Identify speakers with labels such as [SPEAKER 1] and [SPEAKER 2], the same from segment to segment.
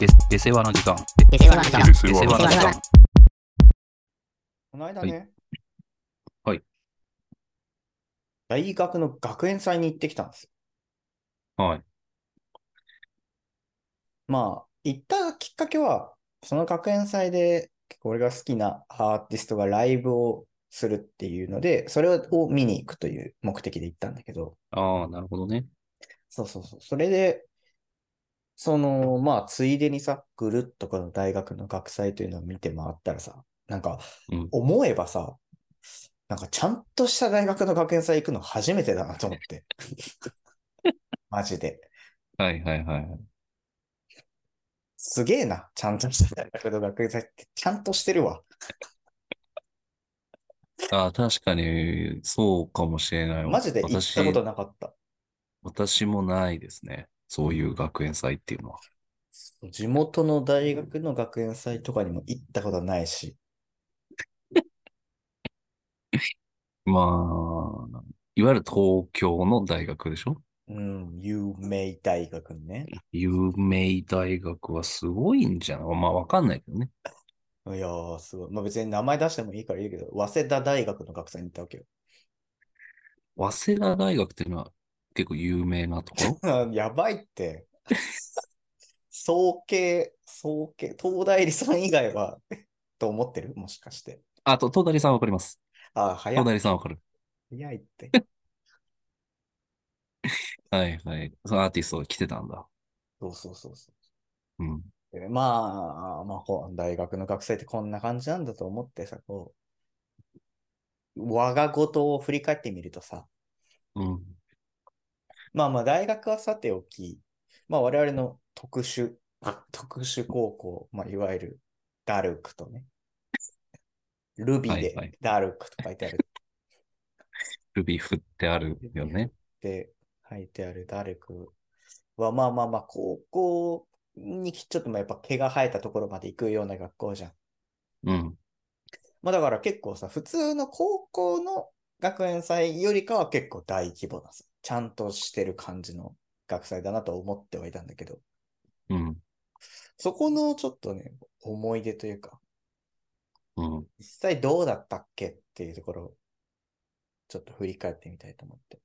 [SPEAKER 1] で、で世話の時間。
[SPEAKER 2] で世話の時間。
[SPEAKER 1] で世話の時間。
[SPEAKER 3] この間ね、
[SPEAKER 1] はい
[SPEAKER 3] 大学の学園祭に行ってきたんですよ。
[SPEAKER 1] はい。
[SPEAKER 3] まあ、行ったきっかけは、その学園祭で、結構俺が好きなアーティストがライブをするっていうので、それを見に行くという目的で行ったんだけど、
[SPEAKER 1] ああ、なるほどね。
[SPEAKER 3] そうそうそう。それで、その、まあ、ついでにさ、ぐるっとこの大学の学祭というのを見て回ったらさ、なんか
[SPEAKER 1] うん、
[SPEAKER 3] 思えばさ、なんかちゃんとした大学の学園祭行くの初めてだなと 思って。マジで。
[SPEAKER 1] はいはいはい。
[SPEAKER 3] すげえな、ちゃんとした大学の学園祭って、ちゃんとしてるわ。
[SPEAKER 1] ああ、確かに、そうかもしれないわ。
[SPEAKER 3] マジで行ったことなかった。
[SPEAKER 1] 私、私もないですね。そういう学園祭っていうのは。
[SPEAKER 3] 地元の大学の学園祭とかにも行ったことないし、
[SPEAKER 1] まあ、いわゆる東京の大学でしょ
[SPEAKER 3] うん、有名大学ね。
[SPEAKER 1] 有名大学はすごいんじゃないまあ、わかんないけどね。
[SPEAKER 3] いやー、すごい。まあ別に名前出してもいいからいいけど、早稲田大学の学生に行ったわけよ。
[SPEAKER 1] 早稲田大学っていうのは結構有名なとこ ろ
[SPEAKER 3] あやばいって。総計、総計、東大理さん以外は と思ってるもしかして。
[SPEAKER 1] あと、東大さんわかります。
[SPEAKER 3] あー、早
[SPEAKER 1] 東
[SPEAKER 3] い。
[SPEAKER 1] 大さんわかる。
[SPEAKER 3] 早いって。
[SPEAKER 1] はいはい。そのアーティストが来てたんだ。
[SPEAKER 3] そうそうそうそ
[SPEAKER 1] うん。
[SPEAKER 3] う。でまあ、まあこう、大学の学生ってこんな感じなんだと思ってさ、こう、我が事を振り返ってみるとさ、
[SPEAKER 1] うん。
[SPEAKER 3] まあまあ大学はさておき、まあ我々の特殊、特殊高校、まあいわゆるダルクと ね、ルビー
[SPEAKER 1] はいはい
[SPEAKER 3] でダルクと書いてある
[SPEAKER 1] 首振ってあるよね。
[SPEAKER 3] って書いてあるダルクはまあまあまあ高校にちょっとまあやっぱ毛が生えたところまで行くような学校じゃん。
[SPEAKER 1] うん。
[SPEAKER 3] まあだから結構さ、普通の高校の学園祭よりかは結構大規模なさ、ちゃんとしてる感じの学祭だなと思ってはいたんだけど、
[SPEAKER 1] うん。
[SPEAKER 3] そこのちょっとね、思い出というか、
[SPEAKER 1] うん。
[SPEAKER 3] 実際どうだったっけっていうところを、ちょっと振り返ってみたいと思って。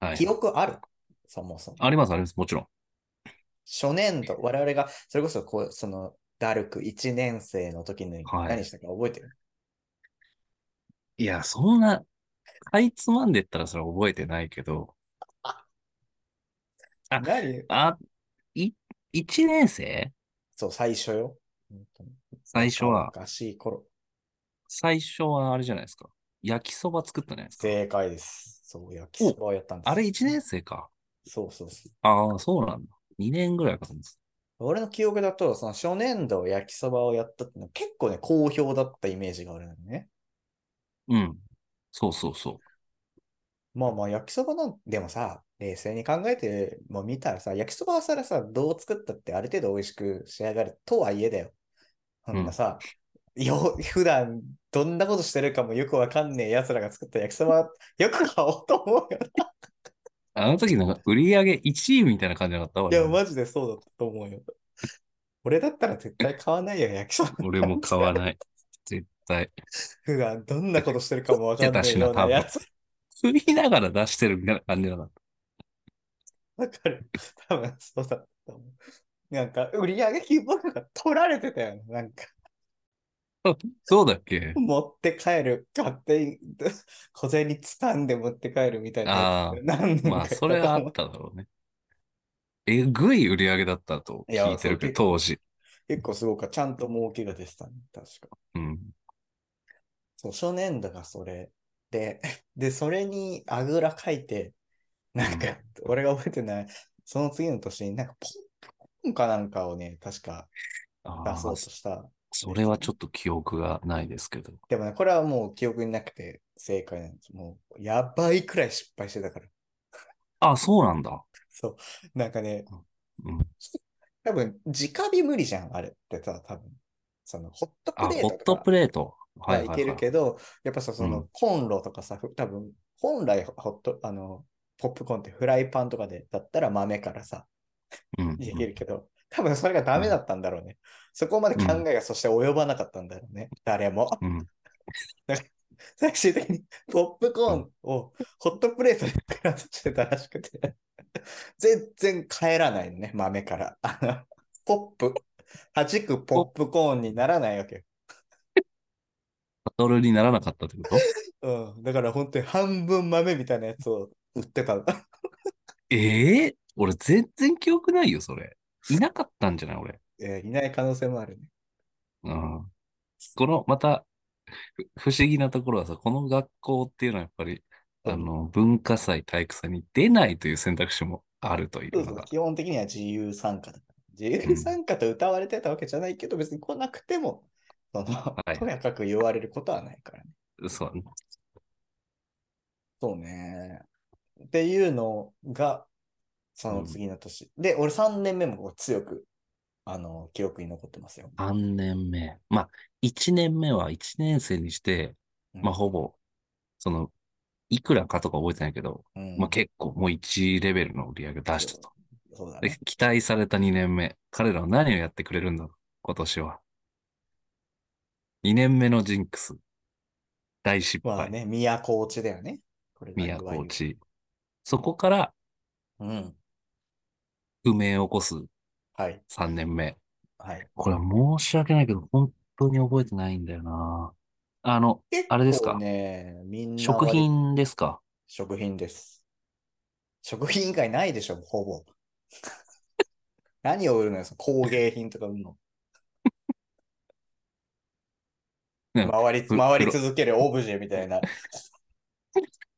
[SPEAKER 1] はい。
[SPEAKER 3] 記憶あるそもそも。
[SPEAKER 1] あります、あります。もちろん。
[SPEAKER 3] 初年度、我々が、それこそこう、その、ダルク1年生の時に
[SPEAKER 1] はい
[SPEAKER 3] 何したか覚えてる、
[SPEAKER 1] いや、そんな、かいつまんでったらそれは覚えてないけど、はい
[SPEAKER 3] 何
[SPEAKER 1] あ、い、一年生
[SPEAKER 3] そう、最初よ。本当に
[SPEAKER 1] 最初は、
[SPEAKER 3] おかしい頃。
[SPEAKER 1] 最初はあれじゃないですか。焼きそば作ったじゃないですか。
[SPEAKER 3] 正解です。そう、焼きそばをやったんです。
[SPEAKER 1] あれ一年生か。
[SPEAKER 3] そうそうそう。
[SPEAKER 1] ああ、そうなんだ。二年ぐらいかと思って
[SPEAKER 3] 俺の記憶だと、その初年度焼きそばをやったってのは結構ね、好評だったイメージがあるのね。
[SPEAKER 1] た。うん。そうそうそ
[SPEAKER 3] まあまあ、焼きそばなん、でもさ、冷静に考えても見たらさ、焼きそばはさらさ、どう作ったってある程度美味しく仕上がるとはいえだよ。そんなさ、よ、普段どんなことしてるかもよくわかんねえ奴らが作った焼きそば、よく買おうと思うよ。
[SPEAKER 1] う。あの時なんか売り上げ1位みたいな感じじゃなかった
[SPEAKER 3] い
[SPEAKER 1] 俺
[SPEAKER 3] や、マジでそうだったと思うよ。俺だったら絶対買わないよ、焼きそば。
[SPEAKER 1] 俺も買わない。絶対。
[SPEAKER 3] 普段どんなことしてるかもわかんねえよう
[SPEAKER 1] や
[SPEAKER 3] な
[SPEAKER 1] って
[SPEAKER 3] や
[SPEAKER 1] た
[SPEAKER 3] つ。
[SPEAKER 1] 食いながら出してるみたいな感じだな。
[SPEAKER 3] わかる。多分そうだったと思う。なんか、売り上げ金額が取られてたよね。なんか、
[SPEAKER 1] そうだっ け
[SPEAKER 3] 持って帰る、買って、 小銭掴んで持って帰るみたいなやつ。何年
[SPEAKER 1] まあ、
[SPEAKER 3] かやった
[SPEAKER 1] それはあ
[SPEAKER 3] と思
[SPEAKER 1] っ
[SPEAKER 3] う
[SPEAKER 1] ただろうね。えぐい売り上げだったと
[SPEAKER 3] いや
[SPEAKER 1] 聞いてるけど、
[SPEAKER 3] そ
[SPEAKER 1] 当時。
[SPEAKER 3] 結構すごく、ちゃんと儲けが出てたね。確か。
[SPEAKER 1] うん。
[SPEAKER 3] そう、初年度がそれ。で、 で、それにあぐらかいて、なんか、俺が覚えてない、その次の年になんか、ポップコーンかなんかをね、確か
[SPEAKER 1] あ
[SPEAKER 3] 出そう
[SPEAKER 1] あ、
[SPEAKER 3] とした。
[SPEAKER 1] それはちょっと記憶がないですけど。
[SPEAKER 3] でもね、これはもう記憶になくて正解なんです。もう、やばいくらい失敗してたから。
[SPEAKER 1] あ、そうなんだ。
[SPEAKER 3] そう。なんかね、
[SPEAKER 1] うん。
[SPEAKER 3] 多分、直火無理じゃん、あれってさ、多分。その、ホットプ
[SPEAKER 1] あ、
[SPEAKER 3] レー
[SPEAKER 1] ホ
[SPEAKER 3] ト
[SPEAKER 1] ッ
[SPEAKER 3] と
[SPEAKER 1] ト
[SPEAKER 3] か
[SPEAKER 1] プレート。
[SPEAKER 3] は
[SPEAKER 1] はいい
[SPEAKER 3] い
[SPEAKER 1] はい
[SPEAKER 3] け
[SPEAKER 1] は
[SPEAKER 3] る
[SPEAKER 1] い。
[SPEAKER 3] けど、やっぱさ、そうの、コンロとかさ、ふ多分、本来ホット、あの、ポップコーンってフライパンとかでだったら豆からさ、
[SPEAKER 1] うん。
[SPEAKER 3] いけるけど、多分それがダメだったんだろうね。そこまで考えがそして及ばなかったんだろうね。誰も。
[SPEAKER 1] うん。
[SPEAKER 3] 最終的にポップコーンをホットプレートで作らせてたらしくて、 全然帰らないのね、豆から。あのポップ、弾くポップコーンにならないわけよ。
[SPEAKER 1] バトルにならなかったってこと
[SPEAKER 3] うん、だから本当に半分豆みたいなやつを売ってたの。
[SPEAKER 1] ええ俺全然記憶ないよ、それ。いなかったんじゃない俺。
[SPEAKER 3] えーいない可能性もあるね。
[SPEAKER 1] うん。この、また、ふ不思議なところはさ、この学校っていうのはやっぱり、あの、文化祭、体育祭に出ないという選択肢もあるとい
[SPEAKER 3] そううそ
[SPEAKER 1] の
[SPEAKER 3] う
[SPEAKER 1] が。
[SPEAKER 3] 基本的には自由参加だから。自由参加と歌われてたわけじゃないけど、別に来なくても、その、
[SPEAKER 1] い
[SPEAKER 3] とやかく言われることはないからね。
[SPEAKER 1] そう。
[SPEAKER 3] そうね。っていうのが、その次の年。で、俺3年目もこう強く、あの、記憶に残ってますよ。
[SPEAKER 1] 3年目。まあ、1年目は1年生にして、まあ、ほぼ、その、いくらかとか覚えてないけど、
[SPEAKER 3] うん、
[SPEAKER 1] まあ結構もう1レベルの売り上げ出したと。
[SPEAKER 3] そうだ
[SPEAKER 1] で
[SPEAKER 3] ね。
[SPEAKER 1] 期待された2年目。彼らは何をやってくれるんだろう今年は。2年目のジンクス。大失
[SPEAKER 3] まあ
[SPEAKER 1] 敗。
[SPEAKER 3] ね、宮古落ちだよね。これ
[SPEAKER 1] 宮古落。ち。そこから
[SPEAKER 3] うん。
[SPEAKER 1] 不明を起こす
[SPEAKER 3] はい。
[SPEAKER 1] 3年目。
[SPEAKER 3] はい。
[SPEAKER 1] これは申し訳ないけど、本当に覚えてないんだよな。あの、
[SPEAKER 3] 結
[SPEAKER 1] あれですか
[SPEAKER 3] 構ね、みんな
[SPEAKER 1] 食
[SPEAKER 3] 割と
[SPEAKER 1] 品ですか
[SPEAKER 3] 食品です。食品以外ないでしょ、ほぼ。 何を売るのよ、その工芸品とか売るの。
[SPEAKER 1] ね
[SPEAKER 3] 回り、
[SPEAKER 1] ふ
[SPEAKER 3] 回り続けるオブジェみたいな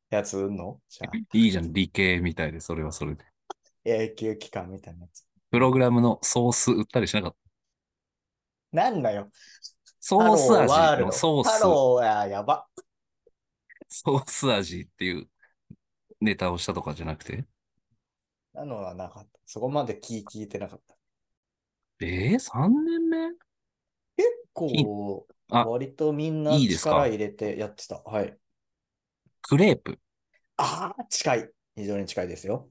[SPEAKER 3] やつ売るのじゃあ、
[SPEAKER 1] いいじゃん、理系みたいで、それはそれで。
[SPEAKER 3] 永久期間みたいなやつ。
[SPEAKER 1] プログラムのソース売ったりしなかった。
[SPEAKER 3] なんだよ。
[SPEAKER 1] ソース
[SPEAKER 3] ハローワ
[SPEAKER 1] 味
[SPEAKER 3] ールド
[SPEAKER 1] のソー
[SPEAKER 3] ハ
[SPEAKER 1] ス。
[SPEAKER 3] ローや、やば。
[SPEAKER 1] ソース味っていうネタをしたとかじゃなくて、
[SPEAKER 3] なのはなかった。そこまで聞い聞いてなかった。
[SPEAKER 1] えー、3年目
[SPEAKER 3] こう、
[SPEAKER 1] あ
[SPEAKER 3] 割とみんない
[SPEAKER 1] いですか
[SPEAKER 3] 力入れてやってた。はい。
[SPEAKER 1] クレープ
[SPEAKER 3] ああ、近い。非常に近いですよ。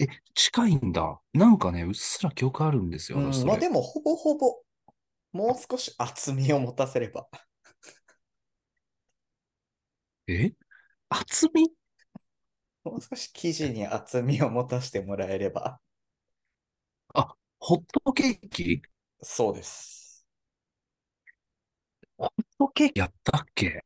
[SPEAKER 1] え、近いんだ。なんかね、うっすら記憶あるんですよ、
[SPEAKER 3] うん
[SPEAKER 1] 私そ
[SPEAKER 3] まあ
[SPEAKER 1] れ
[SPEAKER 3] でも、ほぼほぼ、もう少し厚みを持たせれば。
[SPEAKER 1] え厚み
[SPEAKER 3] もう少し生地に厚みを持たせてもらえれば。
[SPEAKER 1] ホットケーキ
[SPEAKER 3] そうです。
[SPEAKER 1] ホットケーキやったっけ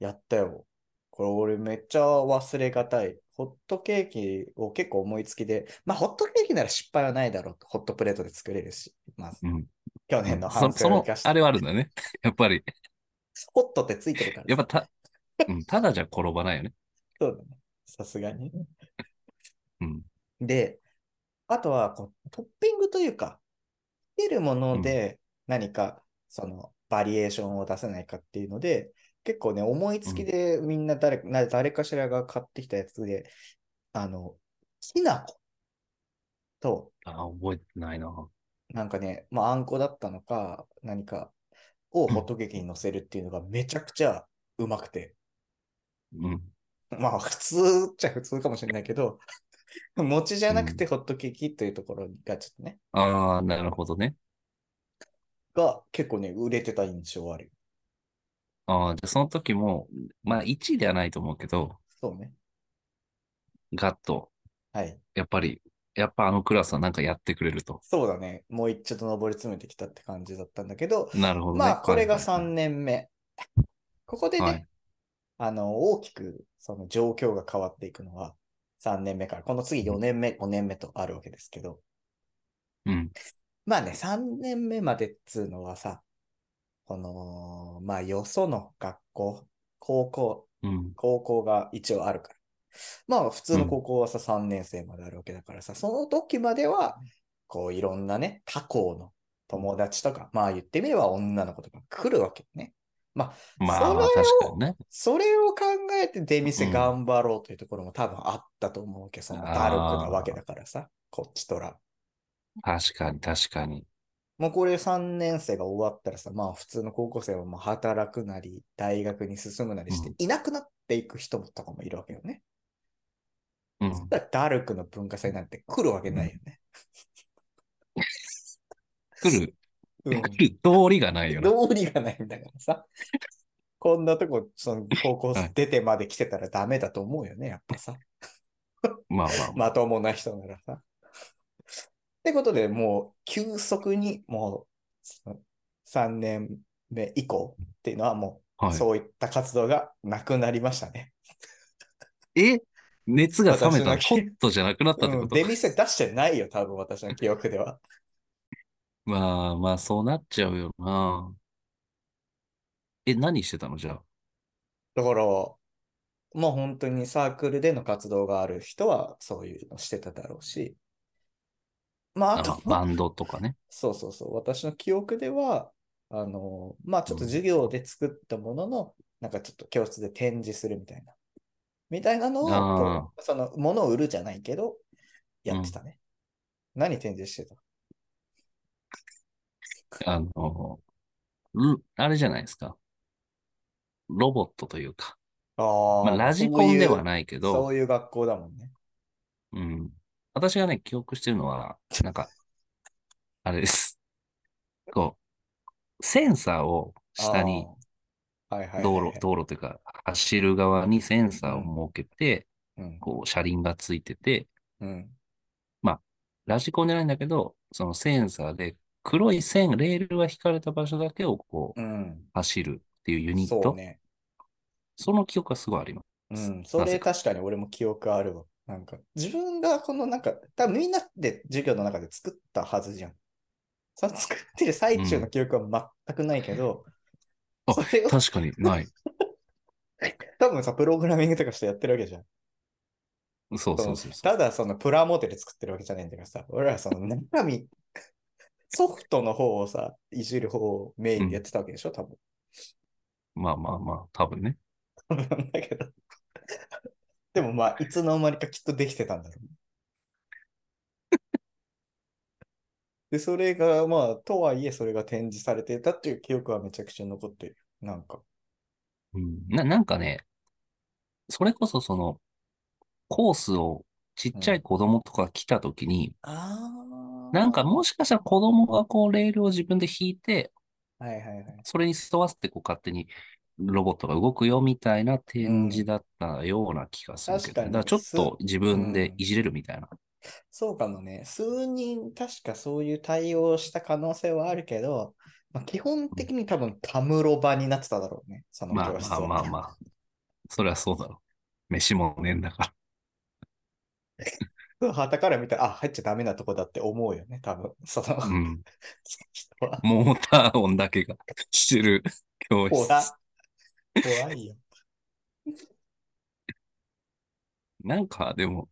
[SPEAKER 3] やったよ。これ俺めっちゃ忘れがたい。ホットケーキを結構思いつきで、まあホットケーキなら失敗はないだろうと。ホットプレートで作れるし、まあ
[SPEAKER 1] うん。
[SPEAKER 3] 去年の
[SPEAKER 1] そ
[SPEAKER 3] 反
[SPEAKER 1] そ
[SPEAKER 3] 省を
[SPEAKER 1] の
[SPEAKER 3] 生かし、て。
[SPEAKER 1] あれはあるんだよね。 やっぱり、
[SPEAKER 3] ホットってついてるから。
[SPEAKER 1] やっぱた、うん、ただじゃ転ばないよね。
[SPEAKER 3] そうだね。さすがに。
[SPEAKER 1] うん。
[SPEAKER 3] で、あとはこうトッピングというか、つけるもので何かそのバリエーションを出せないかっていうので、結構ね、思いつきでみんな誰,、な誰かしらが買ってきたやつで、あの、きな粉と、
[SPEAKER 1] あ、覚えてないな。
[SPEAKER 3] なんかね、まあ、あんこだったのか、何かをホットケーキに乗せるっていうのがめちゃくちゃうまくて、
[SPEAKER 1] うん。
[SPEAKER 3] まあ普通っちゃ普通かもしれないけど、 餅じゃなくてホットケーキというところがちょっとね、
[SPEAKER 1] ああ、なるほどね。
[SPEAKER 3] が結構ね、売れてた印象はあるよ。
[SPEAKER 1] ああ、じゃあその時も、まあ1位ではないと思うけど、
[SPEAKER 3] そうね。
[SPEAKER 1] ガッと、
[SPEAKER 3] はい。
[SPEAKER 1] やっぱり、やっぱあのクラスはなんかやってくれると。
[SPEAKER 3] そうだね。もう一度上り詰めてきたって感じだったんだけど、
[SPEAKER 1] なるほどね。
[SPEAKER 3] まあこれが
[SPEAKER 1] はいはい
[SPEAKER 3] 3年目。ここでね、
[SPEAKER 1] はい
[SPEAKER 3] あの、大きくその状況が変わっていくのは3年目から、この次4年目、5年目とあるわけですけど、
[SPEAKER 1] うん。
[SPEAKER 3] まあね、3年目までっつうのはさ、この、まあよその学校、高校、
[SPEAKER 1] うん。
[SPEAKER 3] 高校が一応あるから。まあ普通の高校はさ、3年生まであるわけだからさ、その時までは、こういろんなね、他校の友達とか、まあ言ってみれば女の子とか来るわけね。
[SPEAKER 1] ま
[SPEAKER 3] そ
[SPEAKER 1] あ、
[SPEAKER 3] れを
[SPEAKER 1] 確かにね。
[SPEAKER 3] それを考えて出
[SPEAKER 1] う
[SPEAKER 3] 店
[SPEAKER 1] ん
[SPEAKER 3] 頑張ろうというところも多分あったと思うけど、そのダルクなわけだからさ、こっちとら。
[SPEAKER 1] 確かに、確かに。
[SPEAKER 3] もうこれ3年生が終わったらさ、まあ普通の高校生はもう働くなり、大学に進むなりして、
[SPEAKER 1] うん
[SPEAKER 3] いなくなっていく人とかもいるわけよね。
[SPEAKER 1] うん。
[SPEAKER 3] だからダルクの文化祭なんて来るわけないよね。
[SPEAKER 1] 作る、
[SPEAKER 3] うん。
[SPEAKER 1] 作る道理がないよな。
[SPEAKER 3] 道理がないんだからさ。こんなとこ、その高校
[SPEAKER 1] はい
[SPEAKER 3] 出てまで来てたらダメだと思うよね、やっぱさ。
[SPEAKER 1] まあまあまあ。
[SPEAKER 3] まともな人ならさ。ってことでもう、急速にもう、その3年目以降っていうのはもう、
[SPEAKER 1] は
[SPEAKER 3] そういった活動がなくなりましたね。
[SPEAKER 1] い、え熱が冷めたの
[SPEAKER 3] 私の
[SPEAKER 1] ホットじゃなくなったって
[SPEAKER 3] う
[SPEAKER 1] こ
[SPEAKER 3] ん、
[SPEAKER 1] と、
[SPEAKER 3] 出店出してないよ、多分私の記憶では。
[SPEAKER 1] まあまあ、そうなっちゃうよな。え、何してたのじゃあ。
[SPEAKER 3] だから、まあ本当にサークルでの活動がある人はそういうのしてただろうし、まああ
[SPEAKER 1] あの
[SPEAKER 3] と、
[SPEAKER 1] バンドとかね。
[SPEAKER 3] そうそうそう、私の記憶では、あの、まあちょっと授業で作ったものの、なんかちょっと教室で展示するみたいな、みたいなのを
[SPEAKER 1] あ
[SPEAKER 3] こう、その、ものを売るじゃないけど、やってたね。何展示してた
[SPEAKER 1] あの、うあれじゃないですか。ロボットというか。
[SPEAKER 3] ああ、
[SPEAKER 1] まあ、ラジコンではいないけ
[SPEAKER 3] け
[SPEAKER 1] ど、
[SPEAKER 3] そういう学校だもんね。
[SPEAKER 1] うん。私がね、記憶してるのは、なんか、あれです。こう、センサーを下に、
[SPEAKER 3] あー、はいはいはいはい
[SPEAKER 1] 道路、道路というか、走る側にセンサーを設けて、
[SPEAKER 3] うん、
[SPEAKER 1] こう、車輪がついてて、
[SPEAKER 3] うん。
[SPEAKER 1] ラジコンじゃないんだけど、そのセンサーで、黒い線、レールが引かれた場所だけをこう、
[SPEAKER 3] うん。
[SPEAKER 1] 走るっていうユニッ
[SPEAKER 3] そ
[SPEAKER 1] ト。
[SPEAKER 3] うね。
[SPEAKER 1] その記憶がすごいあります。
[SPEAKER 3] うん。それ確かに俺も記憶あるわ。なんか、自分がこのなんか、多分みんなで授業の中で作ったはずじゃん。その作ってる最中の記憶は全くないけど、
[SPEAKER 1] うんあ
[SPEAKER 3] それを
[SPEAKER 1] 確かにない。
[SPEAKER 3] 多分さ、プログラミングとかしてやってるわけじゃん。
[SPEAKER 1] そうそうそうそう。
[SPEAKER 3] ただそのプラモデル作ってるわけじゃないんだからさ、俺らその中身、ソフトの方をさ、いじる方をメインでやってたわけでしょ、多分。
[SPEAKER 1] まあまあまあ、多分ね。
[SPEAKER 3] 多分だけど。 でもまあ、いつの間にかきっとできてたんだろうね。 で、それがまあ、とはいえそれが展示されてたっていう記憶はめちゃくちゃ残ってる。なんか。
[SPEAKER 1] うん、な、なんかね、それこそその、コースをちっちゃい子供とか来た時に、
[SPEAKER 3] ああ。
[SPEAKER 1] なんか、もしかしたら子供がこうレールを自分で引いて、
[SPEAKER 3] はいはいはい。
[SPEAKER 1] それに沿わせてこう勝手にロボットが動くよみたいな展示だったような気がするけどね、
[SPEAKER 3] うん確か
[SPEAKER 1] だ
[SPEAKER 3] に
[SPEAKER 1] からちょっと自分でいじれるみたいな。
[SPEAKER 3] そうかもね。数人、確かそういう対応をした可能性はあるけど、まあ、基本的に多分たむろ場になってただろうね。その
[SPEAKER 1] まあ
[SPEAKER 3] 教室
[SPEAKER 1] まあ
[SPEAKER 3] は。
[SPEAKER 1] まあまあ。それはそうだろう。飯もねえんだから。
[SPEAKER 3] はたから見たら、あ、入っちゃダメなとこだって思うよね、多分。その、
[SPEAKER 1] うん。
[SPEAKER 3] 人は。
[SPEAKER 1] モーター音だけがしてる教
[SPEAKER 3] 怖
[SPEAKER 1] 室。
[SPEAKER 3] 怖い よ。
[SPEAKER 1] なんか、でも、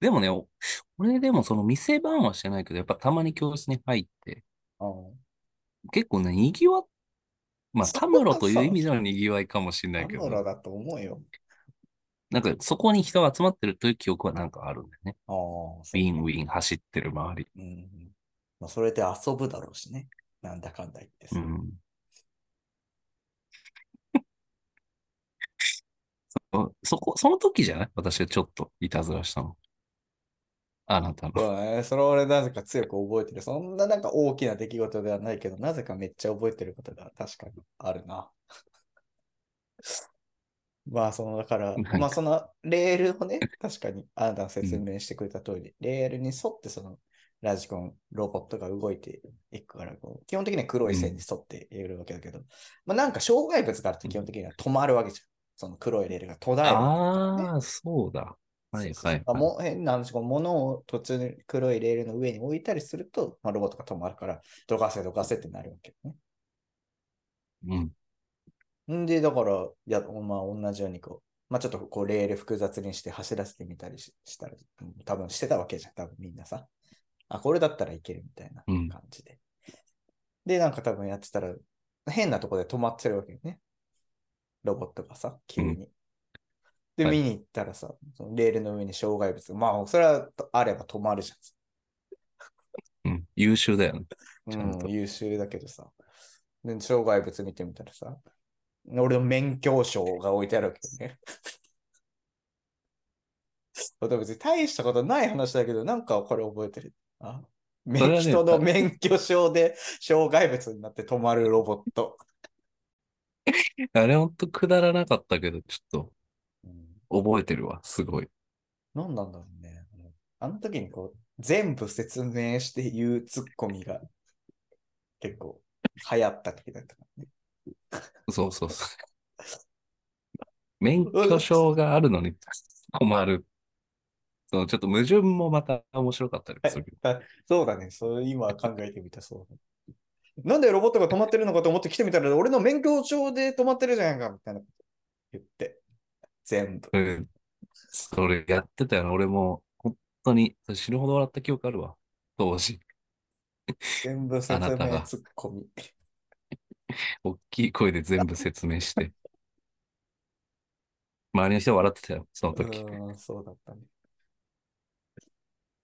[SPEAKER 1] でもね、お俺でもその店番はしてないけど、やっぱたまに教室に入って、結構ね、賑わっ、まあ、
[SPEAKER 3] そう
[SPEAKER 1] タムロという意味での賑わいかもしれな
[SPEAKER 3] ア
[SPEAKER 1] いけ
[SPEAKER 3] ムロ
[SPEAKER 1] ど、
[SPEAKER 3] だと思うよ。
[SPEAKER 1] なんかそこに人が集まってるという記憶はなんかあるんだよね。
[SPEAKER 3] ああ、そ
[SPEAKER 1] ウ
[SPEAKER 3] う
[SPEAKER 1] ィンウィン走ってる周り。
[SPEAKER 3] うん。まあ、それで遊ぶだろうしね。なんだかんだ言って
[SPEAKER 1] う
[SPEAKER 3] さ。
[SPEAKER 1] ん。そ、 そこ、その時じゃない私がちょっといたずらしたの。あなたの。
[SPEAKER 3] そうね、それは俺なぜか強く覚えてる。そんななんか大きな出来事ではないけど、なぜかめっちゃ覚えてることが確かにあるな。 まあ、その、だから、
[SPEAKER 1] なんか
[SPEAKER 3] まあ、そのレールをね、確かにあなたが説明してくれた通り、レールに沿ってそのラジコン、ロボットが動いていくから、こう基本的には黒い線に沿っているわけだけど、まあ、なんか障害物があると基本的には止まるわけじゃん。その黒いレールが途絶える。
[SPEAKER 1] ああ、そうだ。はい
[SPEAKER 3] そうそう
[SPEAKER 1] はい
[SPEAKER 3] あ
[SPEAKER 1] はい。
[SPEAKER 3] も変な話、こう物を途中に黒いレールの上に置いたりすると、まあ、ロボットが止まるから、どかせどかせってなるわけよ
[SPEAKER 1] うん。
[SPEAKER 3] ね。んで、だから、やまあ、同じようにこう、まあ、ちょっとこうレール複雑にして走らせてみたりししたら、うん多分してたわけじゃん、多分みんなさ。あ、これだったらいけるみたいな
[SPEAKER 1] うん
[SPEAKER 3] 感じで。で、なんか多分やってたら、変なとこで止まってるわけよね。ロボットがさ、急に。で、
[SPEAKER 1] はい
[SPEAKER 3] 見に行ったらさ、そのレールの上に障害物、まあ、それはあれば止まるじゃ
[SPEAKER 1] う
[SPEAKER 3] ん。
[SPEAKER 1] ん。優秀だよね。ちゃんと
[SPEAKER 3] うん、優秀だけどさ。で、障害物見てみたらさ、俺の免許証が置いてあるわけよね。 俺別に大したことない話だけど、なんかこれ覚えてる。あ、
[SPEAKER 1] それはね
[SPEAKER 3] 人の免許証で障害物になって止まるロボット。
[SPEAKER 1] あれほんとくだらなかったけど、ちょ
[SPEAKER 3] うん
[SPEAKER 1] っと覚えてるわ。すごい。
[SPEAKER 3] 何なんだろうね。あの時にこう、全部説明して言うツッコミが結構流行った時だったからね。
[SPEAKER 1] そうそうそう。免許証があるのに困る。そのちょっと矛盾もまた面白かったりするけど。
[SPEAKER 3] そうだね。それ今考えてみたそうだ。なんでロボットが止まってるのかと思って来てみたら、俺の免許証で止まってるじゃんか、みたいなこと言って。全部。
[SPEAKER 1] うん。それやってたよな。俺も、本当に、それ死ぬほど笑った記憶あるわ。当時。
[SPEAKER 3] 全部説
[SPEAKER 1] あなた
[SPEAKER 3] 明
[SPEAKER 1] が
[SPEAKER 3] ツッコミ。
[SPEAKER 1] 大きい声で全部説明 して。周りの人笑ってたよ、その
[SPEAKER 3] う
[SPEAKER 1] 時。
[SPEAKER 3] ーん、そうだったね。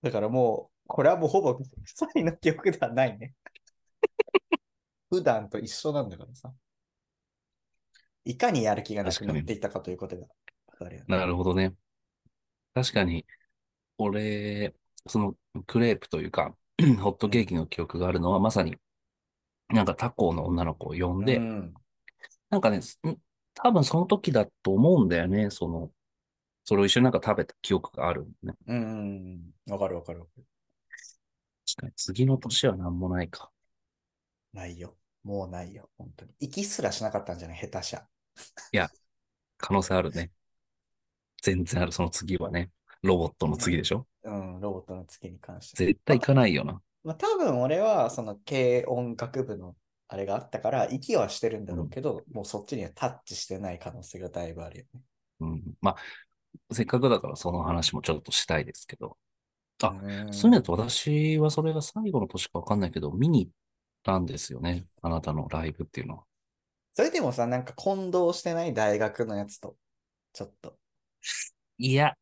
[SPEAKER 3] だからもう、これはもうほぼ、サイの記憶ではないね。 普段と一緒なんだからさ。いかにやる気がなくなっていたかということがわかるよね。
[SPEAKER 1] なるほどね。確かに、俺、そのクレープというか、 ホットケーキの記憶があるのは、まさに、なんか他校の女の子を呼んで、
[SPEAKER 3] うん、
[SPEAKER 1] なんかね、すん多分その時だと思うんだよね、その、それを一緒になんか食べた記憶があるんだね。
[SPEAKER 3] うんうんうん、わかるわかるわかる。
[SPEAKER 1] 確かに、次の年は何もないか。
[SPEAKER 3] ないよ。もうないよ。本当に。息すらしなかったんじゃない下手しゃ。
[SPEAKER 1] 可能性あるね。全然ある、その次はね。ロボットの次でしょ
[SPEAKER 3] うん、ロボットの月に関して。
[SPEAKER 1] 絶対行かないよな。
[SPEAKER 3] まあ多分俺はその軽音楽部のあれがあったから、息はしてるんだろうけど、もうそっちにはタッチしてない可能性がだいぶあるよね。
[SPEAKER 1] うん。まあ、せっかくだからその話もちょっとしたいですけど。あ
[SPEAKER 3] うん
[SPEAKER 1] そういうのと私はそれが最後の年かわかんないけど、見に行ったんですよね。あなたのライブっていうのは。
[SPEAKER 3] それでもさ、なんか混同してない大学のやつと、ちょっと。
[SPEAKER 1] いや、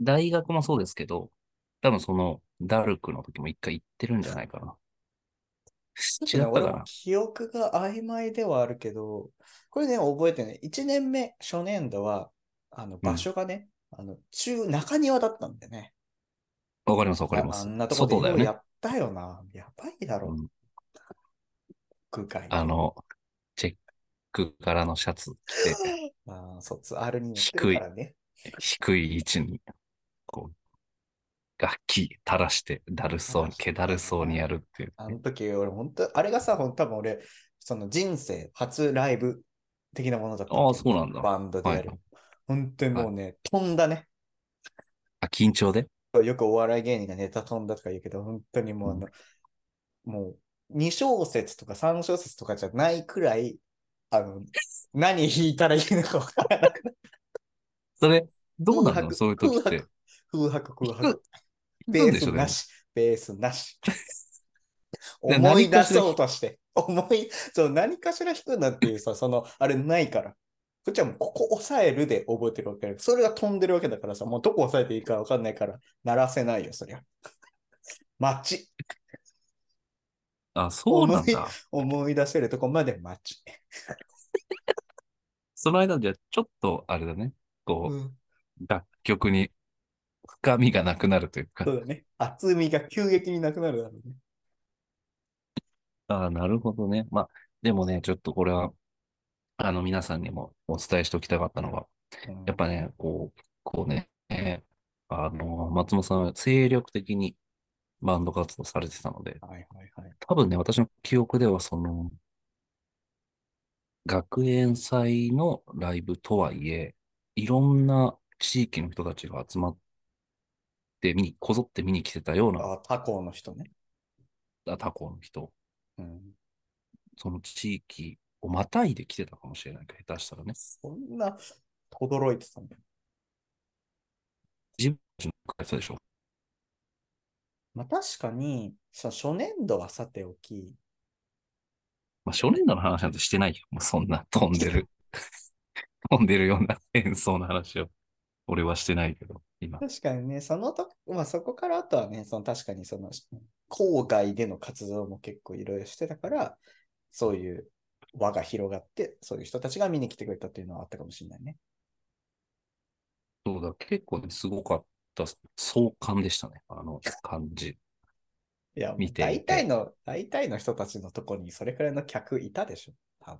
[SPEAKER 1] 大学もそうですけど、多分その、ダルクの時も一回行ってるんじゃないか な。違ったか
[SPEAKER 3] 俺も
[SPEAKER 1] な
[SPEAKER 3] 記憶が曖昧ではあるけど、これね、覚えてね、1年目、初年度は、あの、場所がね、あの、中、中庭だったんでね。
[SPEAKER 1] わかりますわかりま
[SPEAKER 3] あ
[SPEAKER 1] す
[SPEAKER 3] んな。とこで
[SPEAKER 1] 外だよね
[SPEAKER 3] や。ったよな。やばいだろ、
[SPEAKER 1] うん
[SPEAKER 3] 空間。
[SPEAKER 1] あの、チェック柄のシャツ着て、
[SPEAKER 3] あー、卒アルに乗ってるからね。
[SPEAKER 1] 低い位置に、こう、楽器垂らして、だるそうに、気だるそうにやるっていう。
[SPEAKER 3] あの時、俺、本当あれがさ、ほん多分俺、その人生初ライブ的なものだった
[SPEAKER 1] ああ、
[SPEAKER 3] う
[SPEAKER 1] そうなんだ。
[SPEAKER 3] バンドでやる。
[SPEAKER 1] はい
[SPEAKER 3] 本当にもうね、飛んだね。
[SPEAKER 1] あ、緊張で
[SPEAKER 3] よくお笑い芸人がネタ飛んだとか言うけど、本当にもうあの、もう2小節とか3小節とかじゃないくらい、あの、何弾いたらいいのか分からなくなる。
[SPEAKER 1] それ、どうな
[SPEAKER 3] 空
[SPEAKER 1] の
[SPEAKER 3] 白
[SPEAKER 1] そういう時って。
[SPEAKER 3] 空白、空
[SPEAKER 1] 弾
[SPEAKER 3] 白
[SPEAKER 1] く。
[SPEAKER 3] ベ
[SPEAKER 1] 弾くん
[SPEAKER 3] ー
[SPEAKER 1] でし
[SPEAKER 3] ス
[SPEAKER 1] ょ
[SPEAKER 3] なし、ベースなし。
[SPEAKER 1] で
[SPEAKER 3] 思い出そうとして、思い、そう、何かしら弾くなんてい うさ、その、あれないから。こっちはもう、ここ押さえるで覚えてるわけだけどそれが飛んでるわけだからさ、もうどこ押さえていいかわかんないから、鳴らせないよ、そりゃ。 待ち。
[SPEAKER 1] あ、そうなん
[SPEAKER 3] 思
[SPEAKER 1] だ。
[SPEAKER 3] 思い出せるとこまで 待ち。
[SPEAKER 1] その間、じゃあちょっと、あれだね。こ
[SPEAKER 3] うん
[SPEAKER 1] う、楽曲に深みがなくなるというか
[SPEAKER 3] そ。うだね。厚みが急激になくなるだろうね。
[SPEAKER 1] ああ、なるほどね。まあ、でもね、ちょっとこれは、あの、皆さんにもお伝えしておきたかったのが、
[SPEAKER 3] うん
[SPEAKER 1] やっぱね、こう、こうね、えーあの、松本さんは精力的にバンド活動されてたので、
[SPEAKER 3] はいはいはい。
[SPEAKER 1] 多分ね、私の記憶では、その、学園祭のライブとはいえ、いろんな地域の人たちが集まって見に、こぞって見に来てたような
[SPEAKER 3] あ、他校の人ね。
[SPEAKER 1] 他校の人、
[SPEAKER 3] うん。
[SPEAKER 1] その地域をまたいで来てたかもしれないけど、下手したらね。
[SPEAKER 3] そんな、とどろいてたんだよ。
[SPEAKER 1] 自分たちのやつでしょ。
[SPEAKER 3] まあ確かに、その初年度はさておき、
[SPEAKER 1] まあ、初年度の話なんてしてないよ。もうそんな飛んでる、飛んでるような演奏の話を、俺はしてないけど、今。
[SPEAKER 3] 確かにね、そのと、まあそこからあとはね、その確かにその、郊外での活動も結構いろいろしてたから、そういう輪が広がって、そういう人たちが見に来てくれたっていうのはあったかもしれないね。
[SPEAKER 1] そうだ、結構ね、すごかった、壮観でしたね、あの感じ。
[SPEAKER 3] いや、
[SPEAKER 1] 見て
[SPEAKER 3] 大体の、大体の人たちのとこにそれくらいの客いたでしょ。多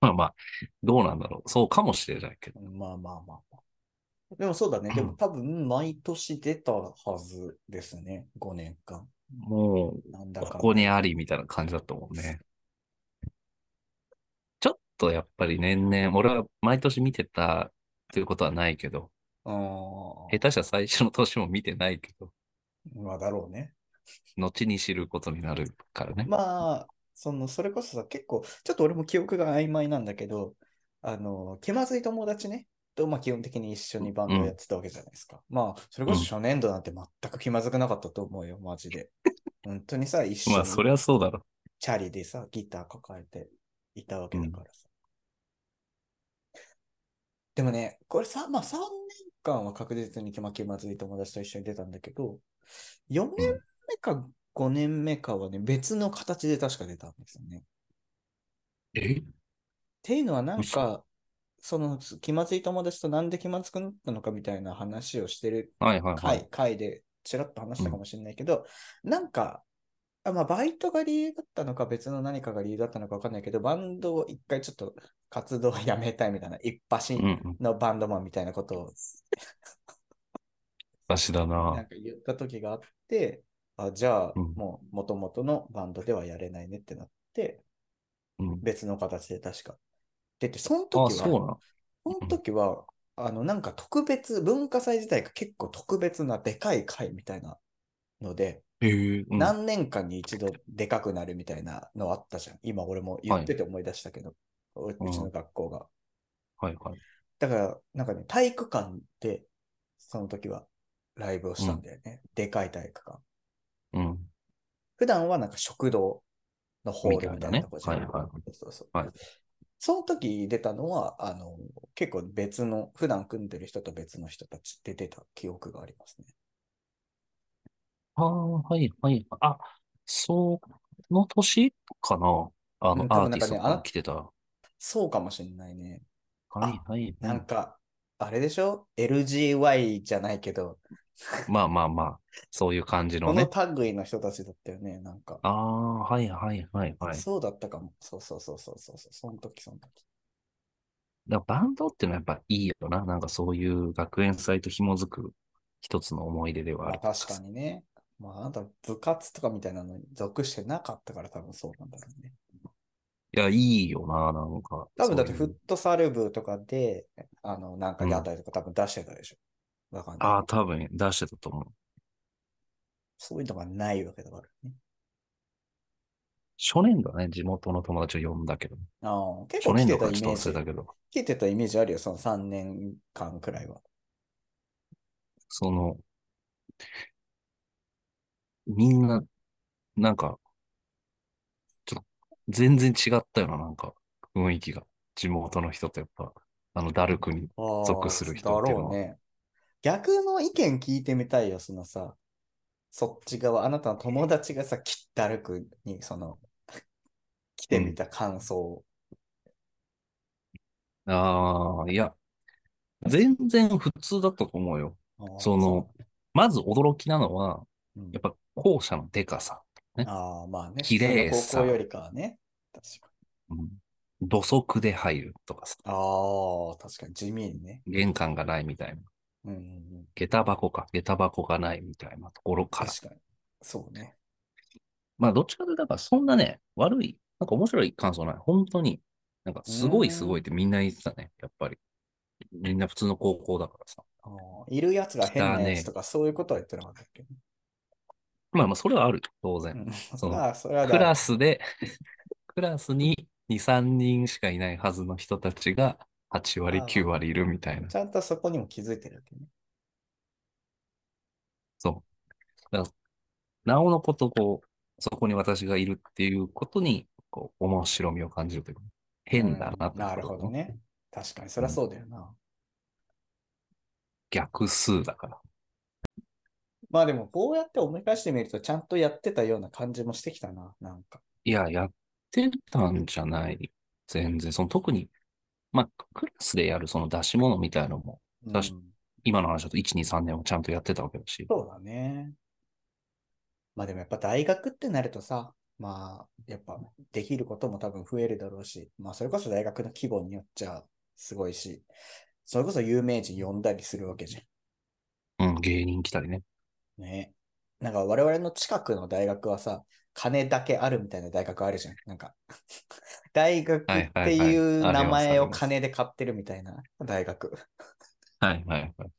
[SPEAKER 1] まあまあ、どうなんだろう。そうかもしれないけど。
[SPEAKER 3] 分。まあまあまあまあ。でもそうだね。でも多分毎年出たはずですね。5年間。
[SPEAKER 1] もう、
[SPEAKER 3] なんだ
[SPEAKER 1] こ
[SPEAKER 3] かんだ。
[SPEAKER 1] こにありみたいな感じだったもんね。ちょっとやっぱり年々、俺は毎年見てたということはないけど、
[SPEAKER 3] う
[SPEAKER 1] 下手したら最初の年も見てないけど、
[SPEAKER 3] ん。まあだろうね。
[SPEAKER 1] 後に知ることになるからね。
[SPEAKER 3] まあ、その、それこそさ、結構、ちょっと俺も記憶が曖昧なんだけど、あの、気まずい友達ね、と、まあ基本的に一緒にバンドやってたわけじゃないですか。まあ、それこそ初年度なんて全く気まずくなかったと思うよ、マジで。本当にさ、一緒
[SPEAKER 1] まあ、
[SPEAKER 3] に
[SPEAKER 1] そりゃそうだろ
[SPEAKER 3] チャリでさ、ギター抱えていたわけだからさ。でもね、これさ、まあ3年間は確実に気ま気まずい友達と一緒に出たんだけど、4年目か5年目かはね、別の形で確か出たんですよね。
[SPEAKER 1] う。え
[SPEAKER 3] っていうのはなんか
[SPEAKER 1] 嘘、
[SPEAKER 3] その気まずい友達となんで気まずくなったのかみたいな話をしてる
[SPEAKER 1] はいはいはい。
[SPEAKER 3] 回回でちらっと話したかもしれないけど、なんか、あまあ、バイトが理由だったのか別の何かが理由だったのか分かんないけど、バンドを一回ちょっと活動をやめたいみたいな、一発
[SPEAKER 1] うんうん。
[SPEAKER 3] のバンドマンみたいなこと
[SPEAKER 1] 私だ
[SPEAKER 3] をな。
[SPEAKER 1] なん
[SPEAKER 3] か言った時があって、あじゃあ、
[SPEAKER 1] うん
[SPEAKER 3] もう元々のバンドではやれないねってなって、
[SPEAKER 1] うん、
[SPEAKER 3] 別の形で確か。でて、その時は、
[SPEAKER 1] あ、そうなの
[SPEAKER 3] その時は、あの、なんか特別、文化祭自体が結構特別なでかい会みたいなので、
[SPEAKER 1] へえうん
[SPEAKER 3] 何年間に一度でかくなるみたいなのあったじゃん。今俺も言ってて思い出したけど、おうちの学校が。
[SPEAKER 1] はいはい。
[SPEAKER 3] だから、なんかね、体育館で、その時はライブをしたんだよね。でかい体育館。
[SPEAKER 1] うん。
[SPEAKER 3] 普段はなんか食堂のホールみたいなとこじゃん。
[SPEAKER 1] みたいなねはいはい
[SPEAKER 3] そうそう
[SPEAKER 1] はい
[SPEAKER 3] その時出たのは、あの、結構別の、普段組んでる人と別の人たちで出た記憶がありますね。
[SPEAKER 1] ああ、はいはい。あ、その年かなあの
[SPEAKER 3] う、ん多分
[SPEAKER 1] アーティスト
[SPEAKER 3] なんかね
[SPEAKER 1] が来てた。は
[SPEAKER 3] そうかもしれないね。
[SPEAKER 1] いはい。う
[SPEAKER 3] なんか、あれでしょ ?LGY じゃないけど、
[SPEAKER 1] まあまあまあ、そういう感じの
[SPEAKER 3] この
[SPEAKER 1] ね。
[SPEAKER 3] 類の人たちだったよね、なんか。
[SPEAKER 1] ああ、はいはいはいはい。
[SPEAKER 3] そうだったかも。そうそうそうそうそう。その時その時。
[SPEAKER 1] だからバンドってのはやっぱいいよな。なんかそういう学園祭と紐づく一つの思い出ではあ
[SPEAKER 3] まあ
[SPEAKER 1] る。
[SPEAKER 3] 確かにね。まああなた部活とかみたいなのに属してなかったから多分そうなんだろうね。
[SPEAKER 1] いや、いいよな、なんか。
[SPEAKER 3] 多分だって
[SPEAKER 1] そ
[SPEAKER 3] フ
[SPEAKER 1] う
[SPEAKER 3] ッ
[SPEAKER 1] いう
[SPEAKER 3] トサル部とかで、あの、なんか屋台とか多分出してたでしょ。わかんない。
[SPEAKER 1] ああ、多分出してたと思う。
[SPEAKER 3] そういうのがないわけだからね。
[SPEAKER 1] 初年度はね、地元の友達を呼んだけど。
[SPEAKER 3] ああ、結
[SPEAKER 1] 初
[SPEAKER 3] 構
[SPEAKER 1] 年
[SPEAKER 3] 来て
[SPEAKER 1] 度
[SPEAKER 3] た
[SPEAKER 1] か
[SPEAKER 3] イ
[SPEAKER 1] らちょ
[SPEAKER 3] メ
[SPEAKER 1] っ
[SPEAKER 3] ー
[SPEAKER 1] と忘れた
[SPEAKER 3] ジ。
[SPEAKER 1] けど、
[SPEAKER 3] 来てたイメージあるよ、その3年間くらいは。
[SPEAKER 1] その、みんな、なんか、ちょっと、全然違ったよな、なんか、雰囲気が。地元の人とやっぱ、あの、ダルクに。
[SPEAKER 3] ああ、
[SPEAKER 1] 属する人っていうのは
[SPEAKER 3] だろうね。逆の意見聞いてみたいよ、そのさ、そっち側、あなたの友達がさ、きったるくに、その、 来てみた感想を。
[SPEAKER 1] ああ、いや、全然普通だったと思うよ。その、まず驚きなのは、
[SPEAKER 3] ああ、そう
[SPEAKER 1] やっぱ校舎のでかさ、
[SPEAKER 3] うんああ、まあね、
[SPEAKER 1] 綺麗
[SPEAKER 3] 普通の
[SPEAKER 1] さ
[SPEAKER 3] 高校よりかはね。確か
[SPEAKER 1] うん土足で入るとかさ、
[SPEAKER 3] に。ああ、確かに地味にね。
[SPEAKER 1] 玄関がないみたいな、
[SPEAKER 3] うんうんうん、
[SPEAKER 1] 下駄箱か、下駄箱がないみたいなところから。
[SPEAKER 3] 確かに。そうね。
[SPEAKER 1] まあ、どっちかというと、だからそんなね、悪い、なんか面白い感想ない。本当に、なんかすごいすごいってみんな言ってたね、やっぱり。みんな普通の高校だからさ。
[SPEAKER 3] ああいるやつが変なやつとか、そういうことは言ってなかったっけ、
[SPEAKER 1] まあまあ、それはある、当然。
[SPEAKER 3] うん
[SPEAKER 1] その
[SPEAKER 3] まあ、それは
[SPEAKER 1] ク
[SPEAKER 3] だ
[SPEAKER 1] ラスで、 クラスに2、3人しかいないはずの人たちが8割、
[SPEAKER 3] あー
[SPEAKER 1] 9割いるみたいな。
[SPEAKER 3] ちゃんとそこにも気づいてるわけね。
[SPEAKER 1] そう。だからなおのこと、こう、そこに私がいるっていうことに、こう、面白みを感じるというか、変だな
[SPEAKER 3] うんなるほど。ね。確かに、そりゃそうだよな。
[SPEAKER 1] 逆数だから。
[SPEAKER 3] まあでも、こうやって思い返してみると、ちゃんとやってたような感じもしてきたな、なんか。
[SPEAKER 1] いや、やってたんじゃない。全然。その、特に、まあ、クラスでやるその出し物みたいのも、
[SPEAKER 3] うん
[SPEAKER 1] 確か今の話だと1、2、3年をちゃんとやってたわけだし。
[SPEAKER 3] そうだね。まあでもやっぱ大学ってなるとさ、まあやっぱできることも多分増えるだろうし、まあそれこそ大学の規模によっちゃすごいし、それこそ有名人呼んだりするわけじゃ
[SPEAKER 1] うん、芸人来たりね。
[SPEAKER 3] ん。ね。なんか我々の近くの大学はさ、金だけあるみたいな大学あるじゃん。なんか、 大学っていう
[SPEAKER 1] はいはいはいあ
[SPEAKER 3] 名
[SPEAKER 1] ります
[SPEAKER 3] 前
[SPEAKER 1] あ
[SPEAKER 3] を
[SPEAKER 1] ります
[SPEAKER 3] 金で買ってるみたいな大学。
[SPEAKER 1] はいはいはい。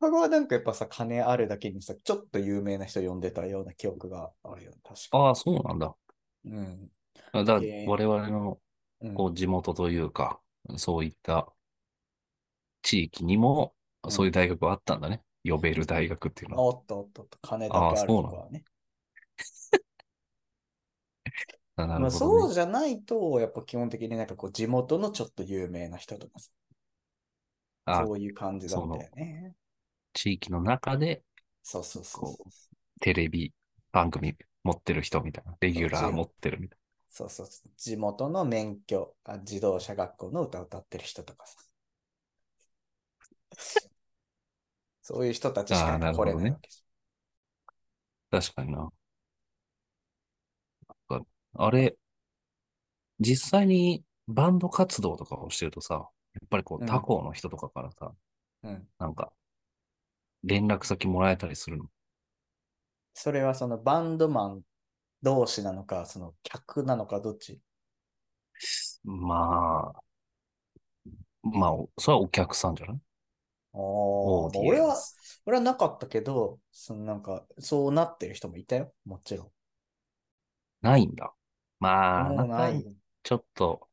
[SPEAKER 3] ここはなんかやっぱさ、金あるだけにさ、ちょっと有名な人呼んでたような記憶があるよね、確か。
[SPEAKER 1] ああ、そうなんだ。
[SPEAKER 3] うん。
[SPEAKER 1] だから
[SPEAKER 3] 芸
[SPEAKER 1] 我々の
[SPEAKER 3] うん
[SPEAKER 1] こう地元というか、そういった地域にも、そういう大学はあったんだね。呼べる大学っていうのは。
[SPEAKER 3] おっとおっとおっと、金だけあるとかはね。
[SPEAKER 1] あな
[SPEAKER 3] ま
[SPEAKER 1] るほ
[SPEAKER 3] あ、そ
[SPEAKER 1] ど
[SPEAKER 3] う
[SPEAKER 1] ね。
[SPEAKER 3] じゃないと、やっぱ基本的になんかこう地元のちょっと有名な人とかさ、
[SPEAKER 1] あ
[SPEAKER 3] そういう感じだったよね。
[SPEAKER 1] 地域の中で
[SPEAKER 3] そうそうそうそう。
[SPEAKER 1] テレビ番組持ってる人みたいな。レギュラー持ってるみたい
[SPEAKER 3] そうそうそう地元の免許あ、自動車学校の歌歌ってる人とかさ。そういう人たちし
[SPEAKER 1] あ
[SPEAKER 3] か
[SPEAKER 1] ーなる
[SPEAKER 3] 来
[SPEAKER 1] ほど
[SPEAKER 3] れ
[SPEAKER 1] ね
[SPEAKER 3] ないわけじ
[SPEAKER 1] な。確かにな。なんかあれ、実際にバンド活動とかをしてるとさ、やっぱりこ
[SPEAKER 3] う
[SPEAKER 1] う、
[SPEAKER 3] ん
[SPEAKER 1] 他校の人とかからさ、
[SPEAKER 3] ゃん。うん。
[SPEAKER 1] なんか、連絡先もらえたりするの。
[SPEAKER 3] それはそのバンドマン同士なのか、その客なのか、どっち
[SPEAKER 1] まあ、まあ、おそれはお客さんじゃない
[SPEAKER 3] お
[SPEAKER 1] オ
[SPEAKER 3] ー
[SPEAKER 1] ーデ
[SPEAKER 3] まあ
[SPEAKER 1] ィ
[SPEAKER 3] 俺
[SPEAKER 1] エン
[SPEAKER 3] は、
[SPEAKER 1] ス。
[SPEAKER 3] 俺はなかったけど、そのなんか、そうなってる人もいたよ、もちろん。
[SPEAKER 1] ないんだ。まあ、
[SPEAKER 3] もうない。
[SPEAKER 1] ちょっと、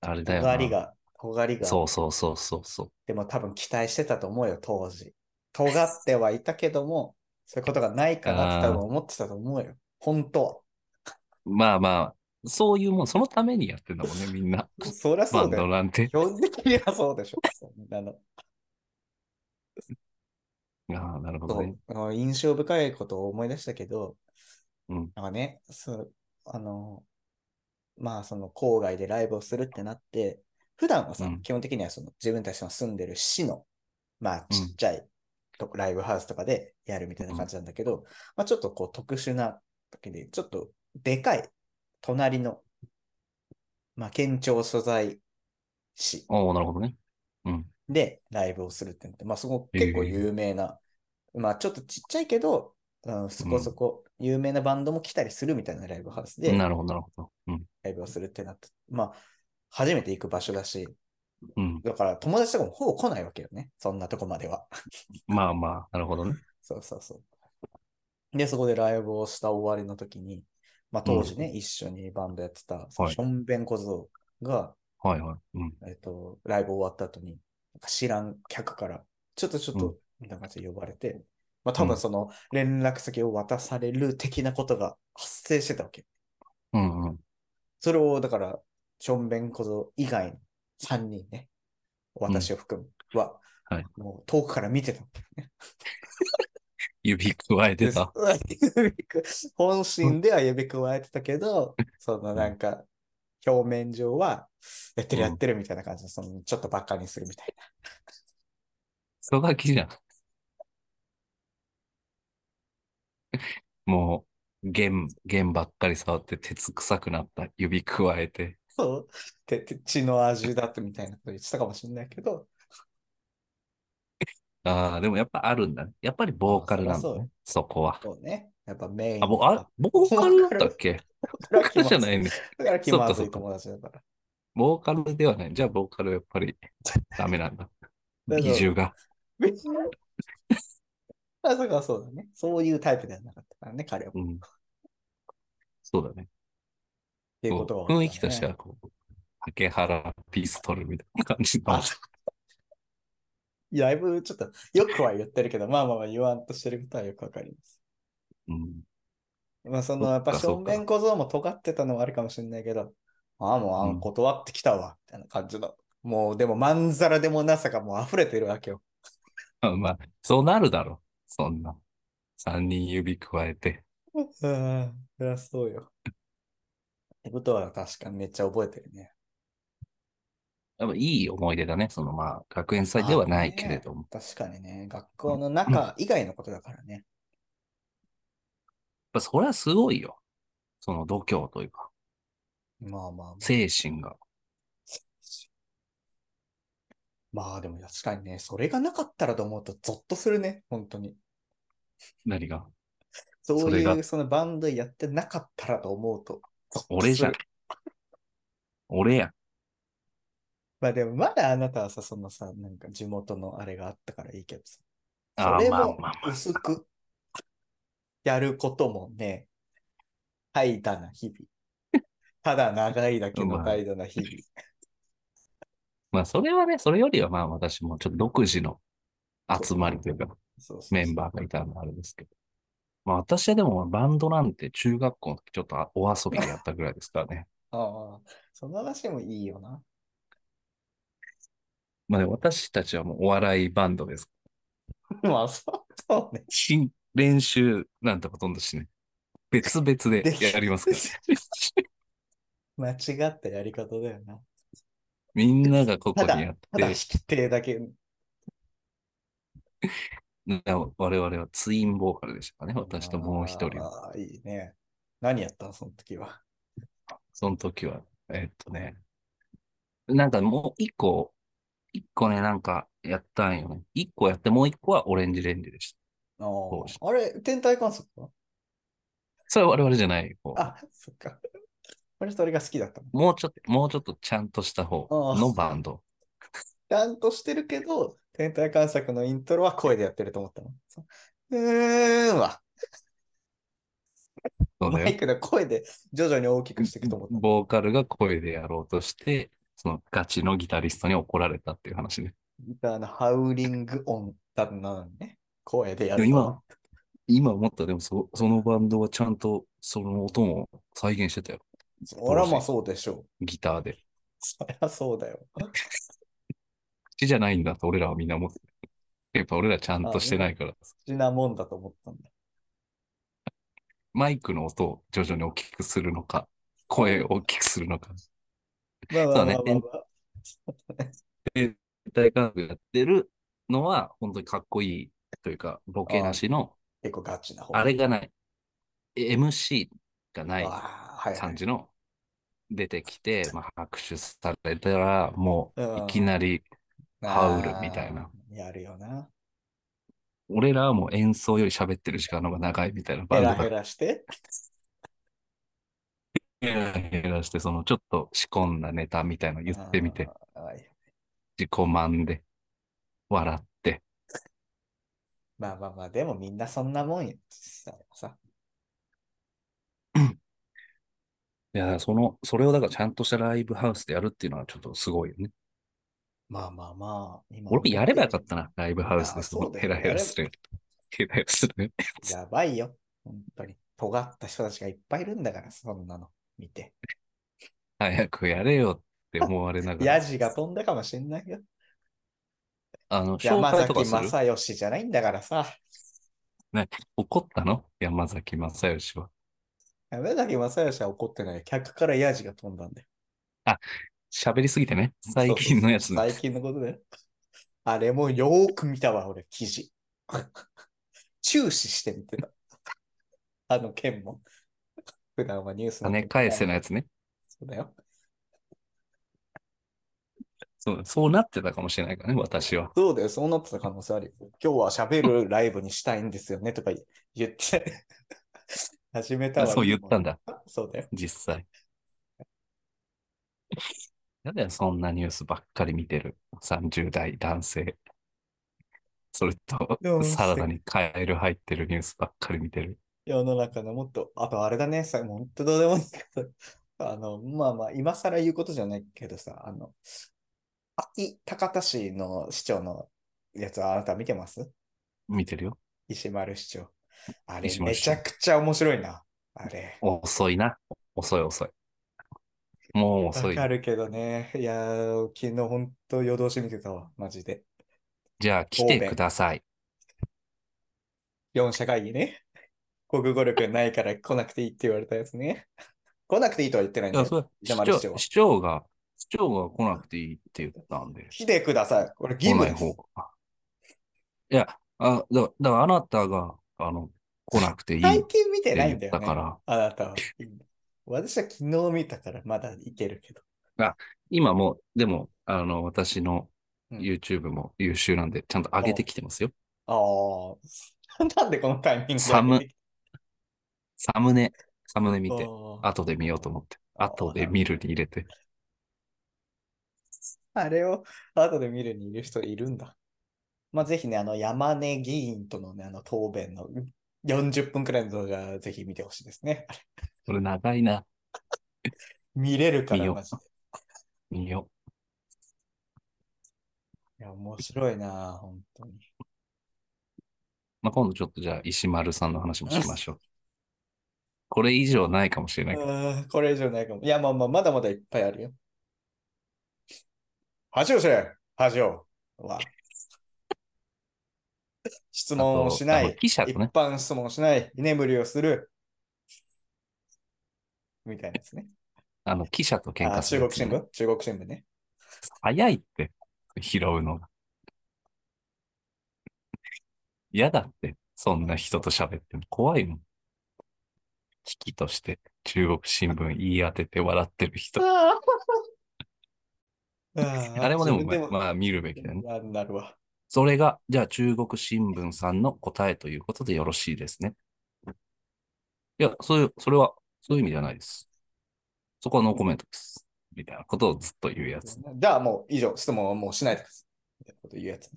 [SPEAKER 1] あれだよな。
[SPEAKER 3] 尖りが、尖りが。
[SPEAKER 1] そうそうそうそうそう。
[SPEAKER 3] でも多分期待してたと思うよ、当時。尖ってはいたけども、そういうことがないかなって多分思ってたと思うよ。本当は。
[SPEAKER 1] まあまあ、そういうもん、そのためにやってんだもんね、みんな。
[SPEAKER 3] そりゃ
[SPEAKER 1] バ
[SPEAKER 3] そう
[SPEAKER 1] ン
[SPEAKER 3] だ
[SPEAKER 1] ド
[SPEAKER 3] よ。
[SPEAKER 1] なんて
[SPEAKER 3] 基。本的にはそうでしょ。 そんなの。
[SPEAKER 1] ああ、なるほど
[SPEAKER 3] そ
[SPEAKER 1] ね。
[SPEAKER 3] う、あの印象深いことを思い出したけど、
[SPEAKER 1] うん
[SPEAKER 3] なんかね、そう、あの、まあその郊外でライブをするってなって、普段はさ、
[SPEAKER 1] うん
[SPEAKER 3] 基本的にはその自分たちの住んでる市の、まあ
[SPEAKER 1] うん
[SPEAKER 3] ちっちゃいとこ、ライブハウスとかでやるみたいな感じなんだけど、まあちょっとこう特殊な時で、ちょっとでかい隣の、まあ県庁所在市
[SPEAKER 1] おお、なるほどね。うん。
[SPEAKER 3] でライブをするってなって、まあ、そこ結構有名な、まあ、ちょっとちっちゃいけど、うん、そこそこ有名なバンドも来たりするみたいなライブハウスで
[SPEAKER 1] な
[SPEAKER 3] ラ
[SPEAKER 1] るほど、なるほど。うん。
[SPEAKER 3] イブをするってなって、まあ、初めて行く場所だし、
[SPEAKER 1] うん。
[SPEAKER 3] だから友達とかもほぼ来ないわけよね、そんなとこまでは。
[SPEAKER 1] まあまあ、なるほどね。
[SPEAKER 3] そうそうそう。で、そこでライブをした終わりの時に、まあ、当時ね、一緒にバンドやってた、その
[SPEAKER 1] はい
[SPEAKER 3] ションベン小僧が、
[SPEAKER 1] はいはい。うん。
[SPEAKER 3] えっと、ライブ終わった後に、なんか知らん客から、ちょっとちょっ
[SPEAKER 1] う
[SPEAKER 3] と、みたいな感じで呼ばれて、まあ多分その連絡先を渡される的なことが発生してたわけ。
[SPEAKER 1] うんうん。
[SPEAKER 3] それを、だから、ションベン小僧以外の3人ね、私を含むは、
[SPEAKER 1] はい
[SPEAKER 3] もう遠くから見てた。
[SPEAKER 1] 指加えてた。
[SPEAKER 3] で 本心では指加えてたけど、そのなんか、表面上は、やってるやってるみたいな感じで、そのちょっとバカにするみたいな。
[SPEAKER 1] そがきじゃん。もう、弦、弦ばっかり触って、鉄臭くなった。指加えて。
[SPEAKER 3] そう。て、て血の味だってみたいなこと言ってたかもしれないけど、
[SPEAKER 1] ああ、でもやっぱあるんだね。やっぱりボーカルなん
[SPEAKER 3] そ
[SPEAKER 1] だ
[SPEAKER 3] りゃそう
[SPEAKER 1] ね。そこは。
[SPEAKER 3] そうね。やっぱメイン。
[SPEAKER 1] あ、もう、あ、ボーカルだったっけボ
[SPEAKER 3] だ
[SPEAKER 1] ーカルじゃないね。
[SPEAKER 3] だから気
[SPEAKER 1] そ
[SPEAKER 3] まず
[SPEAKER 1] っかそっ
[SPEAKER 3] い
[SPEAKER 1] か
[SPEAKER 3] 友達だから。
[SPEAKER 1] ボーカルではない。じゃあ、ボーカルやっぱりダメなんだ。
[SPEAKER 3] だけど
[SPEAKER 1] 比重が。
[SPEAKER 3] あ、そうか、そうだね。そういうタイプではなかったからね、彼は。っ
[SPEAKER 1] うん。そうだね。
[SPEAKER 3] ていう
[SPEAKER 1] こ
[SPEAKER 3] こ
[SPEAKER 1] う
[SPEAKER 3] とが、
[SPEAKER 1] 雰囲気として。は、こう、竹原ピストルみたいな感じの
[SPEAKER 3] あ、そういやだいぶちょっと、よくは言ってるけど、まあまあまあ言わんとしてることはよくわかります。
[SPEAKER 1] うん。
[SPEAKER 3] まあ、その、やっぱ、
[SPEAKER 1] そっかそっ
[SPEAKER 3] 正
[SPEAKER 1] か
[SPEAKER 3] 面小僧も尖ってたのはあるかもしれないけど、ああ、もう、あ、
[SPEAKER 1] うんん
[SPEAKER 3] 断ってきたわ、みたいな感じの。もう、でも、まんざらでもなさがもう溢れてるわけよ。
[SPEAKER 1] あまあ、そうなるだろう。そんな。三人指加えて。
[SPEAKER 3] うん、そりゃそうよ。ってことは確かにめっちゃ覚えてるね。
[SPEAKER 1] やっぱいい思い出だね。そのまあ、学園祭ではないけれども。
[SPEAKER 3] 確かにね、学校の中以外のことだからね。
[SPEAKER 1] ぱそれはすごいよ。その度胸というか、
[SPEAKER 3] まあまあまあ。
[SPEAKER 1] 精神が。
[SPEAKER 3] まあでも確かにね、それがなかったらと思うとゾッとするね、本当に。
[SPEAKER 1] 何が
[SPEAKER 3] そう
[SPEAKER 1] れ
[SPEAKER 3] い
[SPEAKER 1] が
[SPEAKER 3] うそのバンドやってなかったらと思うと。ゾッとする
[SPEAKER 1] 俺じゃん。俺やん。
[SPEAKER 3] まあでもまだあなたはさ、そのさ、なんか地元のあれがあったからいいけどさ。そ
[SPEAKER 1] あー
[SPEAKER 3] れ
[SPEAKER 1] まあ
[SPEAKER 3] も
[SPEAKER 1] まあまあ。
[SPEAKER 3] 薄くやることもね、怠惰な日々。 ただ長いだけの怠惰な日々。
[SPEAKER 1] まあそれはね、それよりはまあ私もちょっと独自の集まりというか、
[SPEAKER 3] そうそう
[SPEAKER 1] メンバーがいたのはあれですけど。まあ私はでもバンドなんて中学校の時ちょっとお遊びでやったぐらいですからね。
[SPEAKER 3] ああ、その話もいいよな。
[SPEAKER 1] まあでも私たちはもうお笑いバンドです。
[SPEAKER 3] まあそう、そうね。
[SPEAKER 1] 新練習なんてほとんどしない。別々でやりますから。
[SPEAKER 3] 間違ったやり方だよな。
[SPEAKER 1] みんながここにやった
[SPEAKER 3] だ
[SPEAKER 1] て、
[SPEAKER 3] 否定だけ。
[SPEAKER 1] な我々はツインボーカルでしたかね。私ともう一人は。
[SPEAKER 3] ああ、いいね。何やったのその時は。
[SPEAKER 1] その時は、えっとね、なんかもう一個、一個ね、なんかやったんよね。一個やって、もう一個はオレンジレンジでした。
[SPEAKER 3] あ
[SPEAKER 1] うし
[SPEAKER 3] ああれ、天体観測は
[SPEAKER 1] それは我々じゃない方。
[SPEAKER 3] あ、そっか。俺それが好きだったの。
[SPEAKER 1] もうちょっと、もうちょっとちゃんとした方のバンド。
[SPEAKER 3] ちゃんとしてるけど、天体観測のイントロは声でやってると思ったの。そううーんは、
[SPEAKER 1] そうだ
[SPEAKER 3] マ
[SPEAKER 1] よ
[SPEAKER 3] イクの声で徐々に大きくしていくと思った。
[SPEAKER 1] ボーカルが声でやろうとして、そのガチのギタリストに怒られたっていう話ね。
[SPEAKER 3] ギターのハウリング音だったのにね。声でやる
[SPEAKER 1] でも
[SPEAKER 3] と。
[SPEAKER 1] 今思ったら、でもそそのバンドはちゃんとその音も再現してたよ。
[SPEAKER 3] そりゃまあそうでしょう。
[SPEAKER 1] ギターで。
[SPEAKER 3] そりゃそうだよ。
[SPEAKER 1] 口じゃないんだと俺らはみんな思ってた。やっぱ俺らちゃんとしてないから。
[SPEAKER 3] 好きなもんだと思ったんだ。
[SPEAKER 1] マイクの音を徐々に大きくするのか、声を大きくするのか、
[SPEAKER 3] まあまあまあまあ、
[SPEAKER 1] そうね大科学やってるのは、本当にかっこいいというか、ボケなしの、
[SPEAKER 3] 結構ガチな方。
[SPEAKER 1] あれがない、MC がない
[SPEAKER 3] あーはいはい
[SPEAKER 1] 感じの出てきて、まあ、拍手されたら、も
[SPEAKER 3] うん
[SPEAKER 1] ういきなり、ハウルみたいな
[SPEAKER 3] あー。やるよな。
[SPEAKER 1] 俺らはもう演奏より喋ってる時間の方が長いみたいなバ
[SPEAKER 3] ヘ
[SPEAKER 1] ンド
[SPEAKER 3] ラ
[SPEAKER 1] だ
[SPEAKER 3] ヘラして。
[SPEAKER 1] ヘラヘラして、そのちょっと仕込んだネタみたいなの言ってみて、
[SPEAKER 3] あー。はい
[SPEAKER 1] 自己満で、笑って、
[SPEAKER 3] まあまあまあ、でもみんなそんなもんよ。実際はさ。
[SPEAKER 1] いや、だからその、それをだからちゃんとしたライブハウスでやるっていうのはちょっとすごいよね。
[SPEAKER 3] まあまあまあ。今
[SPEAKER 1] 俺もやればよかったな、ライブハウス
[SPEAKER 3] あ
[SPEAKER 1] で
[SPEAKER 3] ー
[SPEAKER 1] そ
[SPEAKER 3] そ
[SPEAKER 1] の
[SPEAKER 3] うだよ
[SPEAKER 1] ヘラヘラする。ヘラヘラする。
[SPEAKER 3] やばいよ。本当に。尖った人たちがいっぱいいるんだから、そんなの。見て。
[SPEAKER 1] 早くやれよって思われなが
[SPEAKER 3] ヤ
[SPEAKER 1] ら。
[SPEAKER 3] ジが飛んだかもしんないよ。
[SPEAKER 1] あの、紹
[SPEAKER 3] 山
[SPEAKER 1] 介と
[SPEAKER 3] 崎
[SPEAKER 1] かする
[SPEAKER 3] 正義じゃないんだからさ。
[SPEAKER 1] 怒ったの山崎正義は。
[SPEAKER 3] 山崎正義は怒ってないよ。客からヤジが飛んだんだよ。
[SPEAKER 1] 喋りすぎてね。最近のやつ
[SPEAKER 3] そうそうそう最近のことだよ。あれもよーく見たわ、俺、記事。 注視して見てた。あの件も。普段はニュースの
[SPEAKER 1] 金返せのやつね。
[SPEAKER 3] そうだよ。
[SPEAKER 1] そう、そうなってたかもしれないからね、私は。
[SPEAKER 3] そうだよ、そうなってた可能性あるよ。今日は喋るライブにしたいんですよねとか言って、 始めたわ。
[SPEAKER 1] そう言ったん
[SPEAKER 3] だ。
[SPEAKER 1] だ、
[SPEAKER 3] そうだよ。
[SPEAKER 1] 実際。やだよ、そんなニュースばっかり見てる。30代男性。それと
[SPEAKER 3] でも、
[SPEAKER 1] サラダにカエル入ってるニュースばっかり見てる。
[SPEAKER 3] 世の中のもっと、あとあれだね、さ、もう本当どうでもいいけど、あの、まあまあ、今更言うことじゃないけどさ、あの、秋高田市の市長のやつはあなた見てます
[SPEAKER 1] 見てるよ。
[SPEAKER 3] 石丸市長。あれ
[SPEAKER 1] 石、丸
[SPEAKER 3] め
[SPEAKER 1] 市
[SPEAKER 3] ち
[SPEAKER 1] 長
[SPEAKER 3] ゃくちゃ面白いな。あれ。
[SPEAKER 1] 遅いな。遅い遅い。もう遅
[SPEAKER 3] わ
[SPEAKER 1] い。
[SPEAKER 3] かるけどね。いやー、昨日本当夜通し見てたわ、マジで。
[SPEAKER 1] じゃあ来てください。
[SPEAKER 3] 4社会議ね。国語力ないから来なくていいって言われたやつね。来なくていいとは言ってないん
[SPEAKER 1] い
[SPEAKER 3] だ
[SPEAKER 1] や
[SPEAKER 3] よ。
[SPEAKER 1] それ市
[SPEAKER 3] 黙る必要
[SPEAKER 1] 長
[SPEAKER 3] は
[SPEAKER 1] 市長が、市長が来なくていいって言ったんで、
[SPEAKER 3] 来てください。これ義
[SPEAKER 1] 来
[SPEAKER 3] 務
[SPEAKER 1] ない
[SPEAKER 3] です
[SPEAKER 1] 方。が。いや、あだだからあなたが、あの、来なくていい。
[SPEAKER 3] 最近見てないんだよ
[SPEAKER 1] だ
[SPEAKER 3] ね。
[SPEAKER 1] から、
[SPEAKER 3] あなたは。私は昨日見たからまだいけるけど。
[SPEAKER 1] 今もう、でも、あの、私の
[SPEAKER 3] うん
[SPEAKER 1] YouTube も優秀なんで、ちゃんと上げてきてますよ。
[SPEAKER 3] ああ、 なんでこのタイミングで
[SPEAKER 1] 寒サムネ、サムネ見て、
[SPEAKER 3] あ
[SPEAKER 1] 後で見ようと思って、後
[SPEAKER 3] な
[SPEAKER 1] で
[SPEAKER 3] るほど
[SPEAKER 1] 見るに入れて。
[SPEAKER 3] ーあれを後で見るにいる人いるんだ。まあ、ぜひね、あの、山根議員とのね、あの、答弁の40分くらいの動画、ぜひ見てほしいですね。あれ
[SPEAKER 1] これ長いな。
[SPEAKER 3] 見れるか
[SPEAKER 1] 見
[SPEAKER 3] ら、
[SPEAKER 1] よう
[SPEAKER 3] マジで。
[SPEAKER 1] 見よ
[SPEAKER 3] いや、面白いな、本当に。
[SPEAKER 1] う。まあ、今度ちょっとじゃあ、石丸さんの話もしましょう。これ以上ないかもしれないけど。
[SPEAKER 3] うーんこれ以上ないかも。いや、まあまあ、まだまだいっぱいあるよ。恥をせ恥を は。質問をしな
[SPEAKER 1] あとあの。
[SPEAKER 3] い
[SPEAKER 1] 記者と
[SPEAKER 3] 一
[SPEAKER 1] ね、
[SPEAKER 3] 般質問をしない。居眠りをする。みたいなですね。
[SPEAKER 1] あの、記者と喧
[SPEAKER 3] あ
[SPEAKER 1] 嘩す
[SPEAKER 3] 中
[SPEAKER 1] るや
[SPEAKER 3] 国
[SPEAKER 1] つね、
[SPEAKER 3] 新聞中国新聞ね。
[SPEAKER 1] 早いって、拾うのが。嫌だって、そんな人と喋っても怖いもん。危機として中国新聞言い当てて笑ってる人。
[SPEAKER 3] あー
[SPEAKER 1] あれもでも、
[SPEAKER 3] 自分
[SPEAKER 1] まあまあ見るべきだよね。
[SPEAKER 3] あなるわ。
[SPEAKER 1] それが、じゃあ中国新聞さんの答えということでよろしいですね。いや、そういう、それは、そういう意味じゃないです。そこはノーコメントです。みたいなことをずっと言うやつ。
[SPEAKER 3] じゃあもう以上、質問はもうしないでください。みたいなこと言うやつ。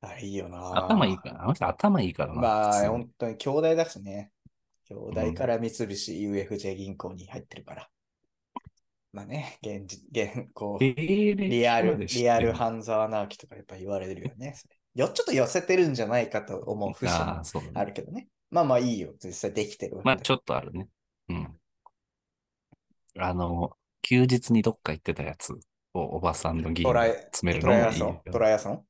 [SPEAKER 3] あれいいよな。
[SPEAKER 1] 頭いいから、あの人頭いいからな。
[SPEAKER 3] ま
[SPEAKER 1] 普
[SPEAKER 3] あ、
[SPEAKER 1] 通に
[SPEAKER 3] 本当に兄弟だしね。兄弟から三菱 UFJ 銀行に入ってるから。まあね、現実、現行、
[SPEAKER 1] 経歴
[SPEAKER 3] リア
[SPEAKER 1] ま
[SPEAKER 3] ル、
[SPEAKER 1] で知って
[SPEAKER 3] リアル
[SPEAKER 1] る
[SPEAKER 3] 半沢直樹とかやっぱ言われるよね。それよちょっと寄せてるんじゃないかと思う節
[SPEAKER 1] あ
[SPEAKER 3] も
[SPEAKER 1] あ、そうだね
[SPEAKER 3] あるけどね。まあまあいいよ、実際できてるわけ
[SPEAKER 1] まあ、
[SPEAKER 3] だ
[SPEAKER 1] ちょっとあるね。うん。あの、休日にどっか行ってたやつをおばさんの議員
[SPEAKER 3] ト
[SPEAKER 1] が
[SPEAKER 3] ライ
[SPEAKER 1] 詰める
[SPEAKER 3] ト
[SPEAKER 1] の
[SPEAKER 3] ライ
[SPEAKER 1] も
[SPEAKER 3] ア
[SPEAKER 1] いい
[SPEAKER 3] ソン
[SPEAKER 1] よ。
[SPEAKER 3] トライアソン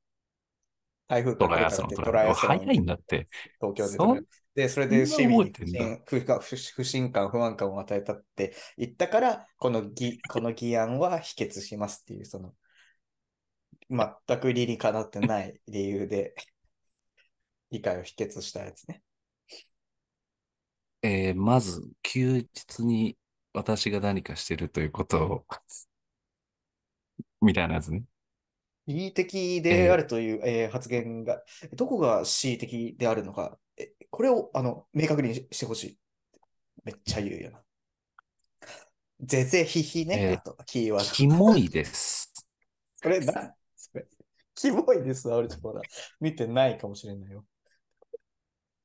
[SPEAKER 3] 台風
[SPEAKER 1] ト
[SPEAKER 3] から
[SPEAKER 1] ライア
[SPEAKER 3] 来た
[SPEAKER 1] ソ
[SPEAKER 3] っ
[SPEAKER 1] ン、
[SPEAKER 3] て
[SPEAKER 1] ト
[SPEAKER 3] ト
[SPEAKER 1] ラ
[SPEAKER 3] ラ
[SPEAKER 1] イ
[SPEAKER 3] イ
[SPEAKER 1] ア
[SPEAKER 3] ア
[SPEAKER 1] ソ
[SPEAKER 3] ソ
[SPEAKER 1] ン。
[SPEAKER 3] ン。
[SPEAKER 1] 早いんだって。
[SPEAKER 3] 東京で
[SPEAKER 1] そん
[SPEAKER 3] で、それで
[SPEAKER 1] そ
[SPEAKER 3] 市
[SPEAKER 1] んな
[SPEAKER 3] 民
[SPEAKER 1] 覚
[SPEAKER 3] に
[SPEAKER 1] えて
[SPEAKER 3] 不
[SPEAKER 1] んだ
[SPEAKER 3] 信不不不信感、不安感を与えたって言ったから、この 議この議案は否決しますっていう、その、全く理にかなってない理由で、 議会を否決したやつね。
[SPEAKER 1] えーまず、休日に私が何かしてるということを、 みたいなやつね。
[SPEAKER 3] 恣意的であるという、えー発言が、どこが恣意的であるのか、えこれをあの明確にししてほしい。めっちゃ言うよな。ぜぜひひね、
[SPEAKER 1] えー
[SPEAKER 3] あと、キーワード。
[SPEAKER 1] キモいです。
[SPEAKER 3] それな、それ。キモいです、あれちょっとまだ見てないかもしれないよ。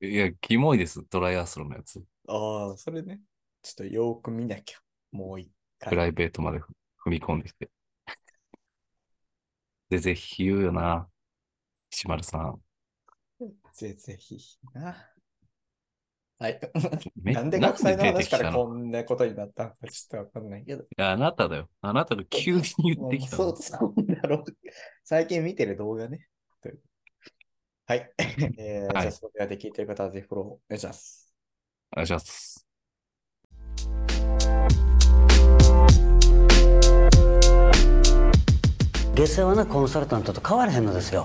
[SPEAKER 1] いや、キモいです。トライアスロンのやつ。
[SPEAKER 3] ああ、それね。ちょっとよーく見なきゃ。もう一
[SPEAKER 1] プ
[SPEAKER 3] 回。
[SPEAKER 1] ライベートまで踏み込んできて。で、ぜひ言うよな。石丸さん。
[SPEAKER 3] ぜぜひな。はい。
[SPEAKER 1] め
[SPEAKER 3] なんで
[SPEAKER 1] な
[SPEAKER 3] 学祭の
[SPEAKER 1] 出て
[SPEAKER 3] 話
[SPEAKER 1] き
[SPEAKER 3] か
[SPEAKER 1] た
[SPEAKER 3] ら
[SPEAKER 1] の
[SPEAKER 3] こんなことになったのかちょっとわかんないけど。
[SPEAKER 1] いや、あなただよ。あなたが急に言ってきた
[SPEAKER 3] そ
[SPEAKER 1] の
[SPEAKER 3] う、。そうだろう。最近見てる動画ね。というはい。えー
[SPEAKER 1] はい
[SPEAKER 3] じゃあ、それで聞いてる方はぜひフォローお願いします。
[SPEAKER 1] お願いします。
[SPEAKER 2] 下世話なコンサルタントと変わらへんのですよ